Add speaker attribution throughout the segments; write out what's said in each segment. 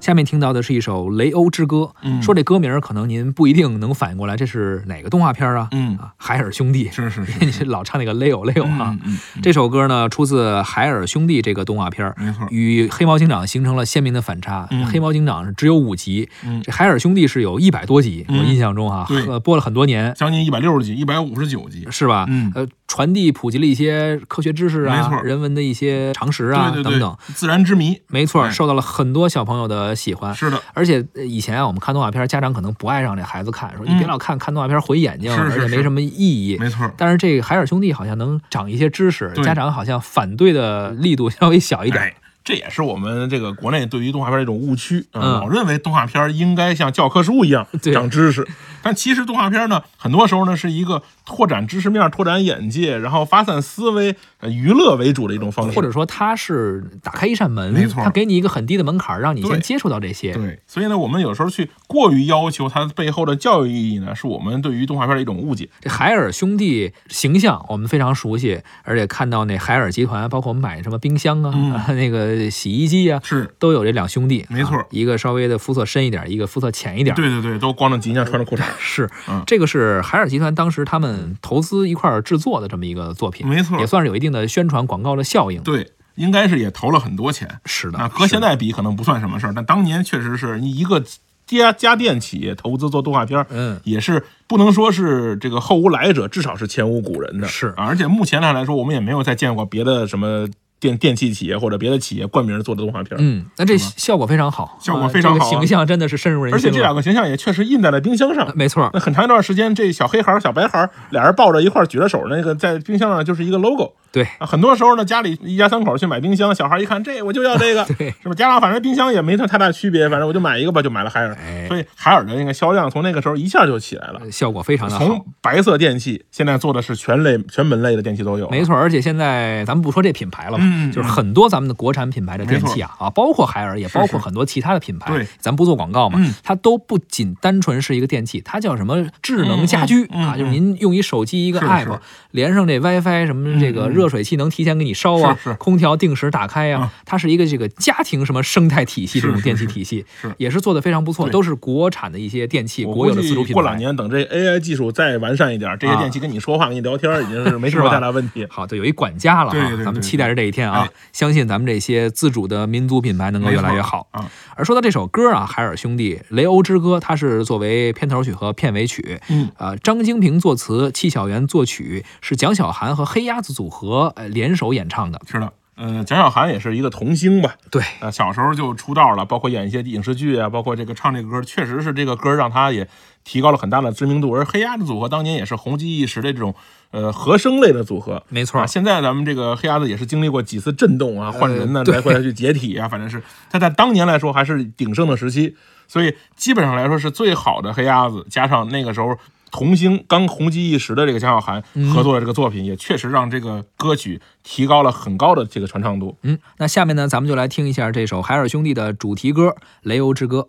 Speaker 1: 下面听到的是一首《雷欧之歌》，
Speaker 2: 嗯
Speaker 1: 说这歌名儿可能您不一定能反应过来，这是哪个动画片儿啊？
Speaker 2: 嗯
Speaker 1: 啊，海尔兄弟，
Speaker 2: 是是是
Speaker 1: 你是老唱那个雷欧雷欧啊。
Speaker 2: 嗯嗯嗯
Speaker 1: 这首歌呢，出自海尔兄弟这个动画片儿，
Speaker 2: 没错，
Speaker 1: 与黑猫警长形成了鲜明的反差。
Speaker 2: 嗯
Speaker 1: 黑猫警长是只有五集，
Speaker 2: 嗯
Speaker 1: 这海尔兄弟是有一百多集，我
Speaker 2: 嗯
Speaker 1: 印象中啊，
Speaker 2: 对
Speaker 1: 呃播了很多年，
Speaker 2: 将近一百六十集，一百五十九集，
Speaker 1: 是吧？
Speaker 2: 嗯
Speaker 1: 呃，传递普及了一些科学知识
Speaker 2: 没
Speaker 1: 啊，
Speaker 2: 错
Speaker 1: 人文的一些常识啊
Speaker 2: 对对对，哎
Speaker 1: 等等，
Speaker 2: 自然之谜，
Speaker 1: 没错，
Speaker 2: 对
Speaker 1: 受到了很多小朋友的喜欢。
Speaker 2: 是的，
Speaker 1: 而且呃以前啊，我们看动画片，家长可能不爱让这孩子看，说你
Speaker 2: 嗯
Speaker 1: 别老看，看动画片毁眼睛，
Speaker 2: 是是
Speaker 1: 而且没
Speaker 2: 是
Speaker 1: 什么意义。
Speaker 2: 没错。
Speaker 1: 但是这个海尔兄弟好像能长一些知识，
Speaker 2: 对
Speaker 1: 家长好像反对的力度稍微小一点。
Speaker 2: 哎，这也是我们这个国内对于动画片的一种误区，啊
Speaker 1: 嗯
Speaker 2: 老认为动画片应该像教科书一样
Speaker 1: 对
Speaker 2: 长知识，但其实动画片呢，很多时候呢是一个拓展知识面、拓展眼界，然后发散思维、呃娱乐为主的一种方式。
Speaker 1: 或者说它是打开一扇门，
Speaker 2: 没错
Speaker 1: 它给你一个很低的门槛儿，让你先
Speaker 2: 对
Speaker 1: 接触到这些。
Speaker 2: 对，所以呢，我们有时候去过于要求它背后的教育意义呢，是我们对于动画片的一种误解。
Speaker 1: 这海尔兄弟形象我们非常熟悉，而且看到那海尔集团，包括我们买什么冰箱啊、 那个洗衣机啊，
Speaker 2: 是，
Speaker 1: 都有这两兄弟，
Speaker 2: 嗯没错
Speaker 1: 啊一个稍微的肤色深一点，一个肤色浅一点。
Speaker 2: 对对对，都光着脊梁穿着裤衩，
Speaker 1: 是
Speaker 2: 嗯，
Speaker 1: 这个是海尔集团当时他们投资一块儿制作的这么一个作品，
Speaker 2: 没错
Speaker 1: 也算是有一定的宣传广告的效应。
Speaker 2: 对，应该是也投了很多钱。
Speaker 1: 是的，
Speaker 2: 那和现在比可能不算什么事儿，但当年确实是一个家家电企业投资做动画片儿，
Speaker 1: 嗯
Speaker 2: 也是不能说是这个后无来者，至少是前无古人的。
Speaker 1: 是
Speaker 2: 啊而且目前上来说，我们也没有再见过别的什么电电器企业或者别的企业冠名做的动画片儿。
Speaker 1: 嗯，那这效果非常好，
Speaker 2: 效果
Speaker 1: 啊
Speaker 2: 非常好啊
Speaker 1: 这个形象真的是深入人心了。
Speaker 2: 而且这两个形象也确实印在了冰箱上。
Speaker 1: 没错儿，
Speaker 2: 那很长一段时间，这小黑孩儿、小白孩儿俩人抱着一块儿举着手，那个在冰箱上就是一个 logo。
Speaker 1: 对，
Speaker 2: 啊，很多时候呢，家里一家三口去买冰箱，小孩一看这我就要 这个
Speaker 1: 对，
Speaker 2: 是吧？家长反正冰箱也没什么太大区别，反正我就买一个吧，就买了海尔。
Speaker 1: 哎
Speaker 2: 所以海尔的那个销量从那个时候一下就起来了，
Speaker 1: 效果非常的好
Speaker 2: 从。白色电器现在做的是全类全门类的电器都有，
Speaker 1: 没错儿，而且现在咱们不说这品牌了嘛，
Speaker 2: 嗯嗯
Speaker 1: 就是很多咱们的国产品牌的电器啊啊，包括海尔，也包括
Speaker 2: 是
Speaker 1: 很多其他的品牌，
Speaker 2: 对
Speaker 1: 咱不做广告嘛，
Speaker 2: 嗯
Speaker 1: 它都不仅单纯是一个电器，它叫什么智能家居、
Speaker 2: 嗯嗯
Speaker 1: 啊，
Speaker 2: 嗯
Speaker 1: 就是您用一手机一个
Speaker 2: 是
Speaker 1: app
Speaker 2: 是
Speaker 1: 连上这 WiFi 什么，这个
Speaker 2: 嗯嗯
Speaker 1: 热水器能提前给你烧啊，
Speaker 2: 是是
Speaker 1: 空调定时打开呀、
Speaker 2: 嗯
Speaker 1: 它是一个这个家庭什么生态体系
Speaker 2: 是
Speaker 1: 这种
Speaker 2: 是
Speaker 1: 电器
Speaker 2: 是
Speaker 1: 体系，
Speaker 2: 是
Speaker 1: 也是做的非常不错，
Speaker 2: 对
Speaker 1: 都是国产的一些电器，
Speaker 2: 我
Speaker 1: 国
Speaker 2: 估
Speaker 1: 有的自主
Speaker 2: 计
Speaker 1: 品
Speaker 2: 过两
Speaker 1: 牌。
Speaker 2: 年等这 AI 技术再完善一点，这些
Speaker 1: 啊
Speaker 2: 电器跟你说话、跟你聊天已经是没什
Speaker 1: 是
Speaker 2: 么
Speaker 1: 吧
Speaker 2: 太大问题。
Speaker 1: 好，就有一管家了啊，
Speaker 2: 对对对
Speaker 1: 咱们
Speaker 2: 对
Speaker 1: 期待着这一天啊！
Speaker 2: 哎
Speaker 1: 相信咱们这些自主的民族品牌能够越来越好。
Speaker 2: 没错啊
Speaker 1: 而说到这首歌啊，海尔兄弟《雷欧之歌》，它是作为片头曲和片尾曲，
Speaker 2: 嗯，
Speaker 1: 呃，张京平作词，戚小元作曲，是蒋小涵和黑鸭子组合呃联手演唱的。
Speaker 2: 是的，呃，蒋小涵也是一个童星吧，
Speaker 1: 对，
Speaker 2: 呃，小时候就出道了，包括演一些影视剧啊，包括这个唱这个歌，确实是这个歌让他也提高了很大的知名度。而黑鸭子组合当年也是红极一时的这种呃和声类的组合，
Speaker 1: 没错
Speaker 2: 啊。现在咱们这个黑鸭子也是经历过几次震动啊，换人呢、
Speaker 1: 呃对
Speaker 2: 来回来去解体啊，反正是他在当年来说还是鼎盛的时期，所以基本上来说是最好的黑鸭子，加上那个时候。童星刚红极一时的这个蒋小涵
Speaker 1: 嗯
Speaker 2: 合作的这个作品，也确实让这个歌曲提高了很高的这个传唱度。
Speaker 1: 嗯，那下面呢，咱们就来听一下这首海尔兄弟的主题歌《雷欧之歌》。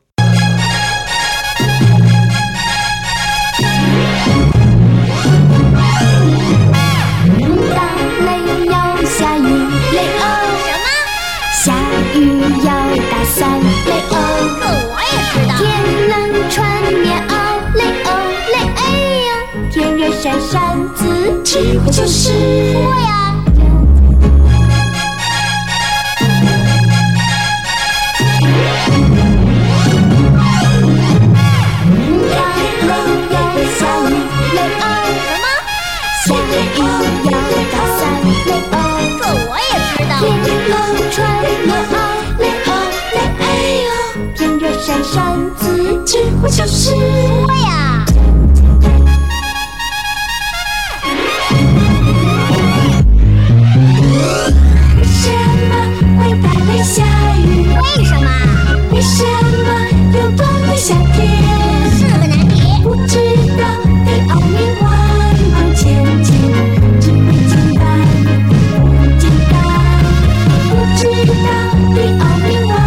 Speaker 3: 大雷要下雨，雷欧什么？下雨要打伞，雷欧。这哦我也知道。天冷穿棉袄，雷欧雷哎呀。天热晒扇子，岂不就是我呀？大雷要下雨，雷欧什么？下雨要打伞，雷欧。这我也知道。天冷穿棉袄，雷欧雷哎呦。天热晒扇子，这不就是我呀？为什么会怕雷下雨？为什么？为什么有多的夏天？是个难题。不知道得奥秘万万千千，只会简单，不简单。不知道得奥秘万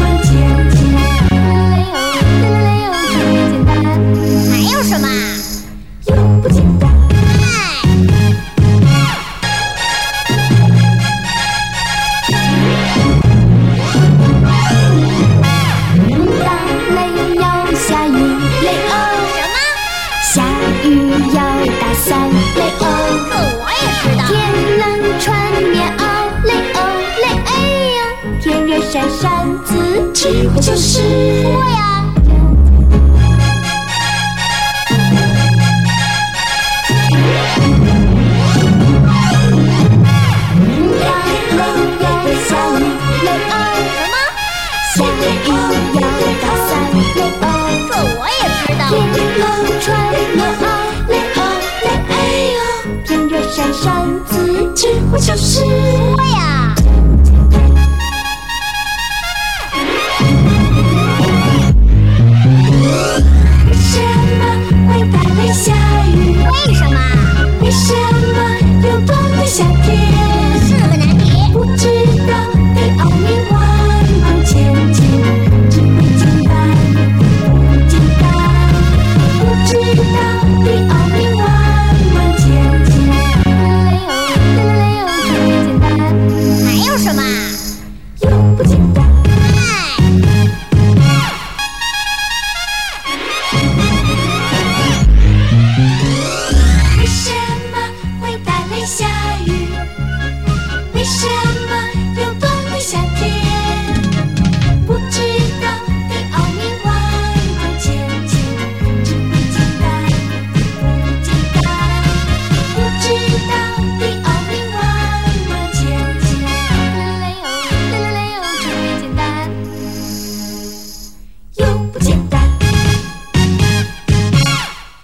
Speaker 3: 万千千，啦啦啦哟，只会简单。吃不就是？会啊。我也知道。闪闪，紫之乎就是我呀。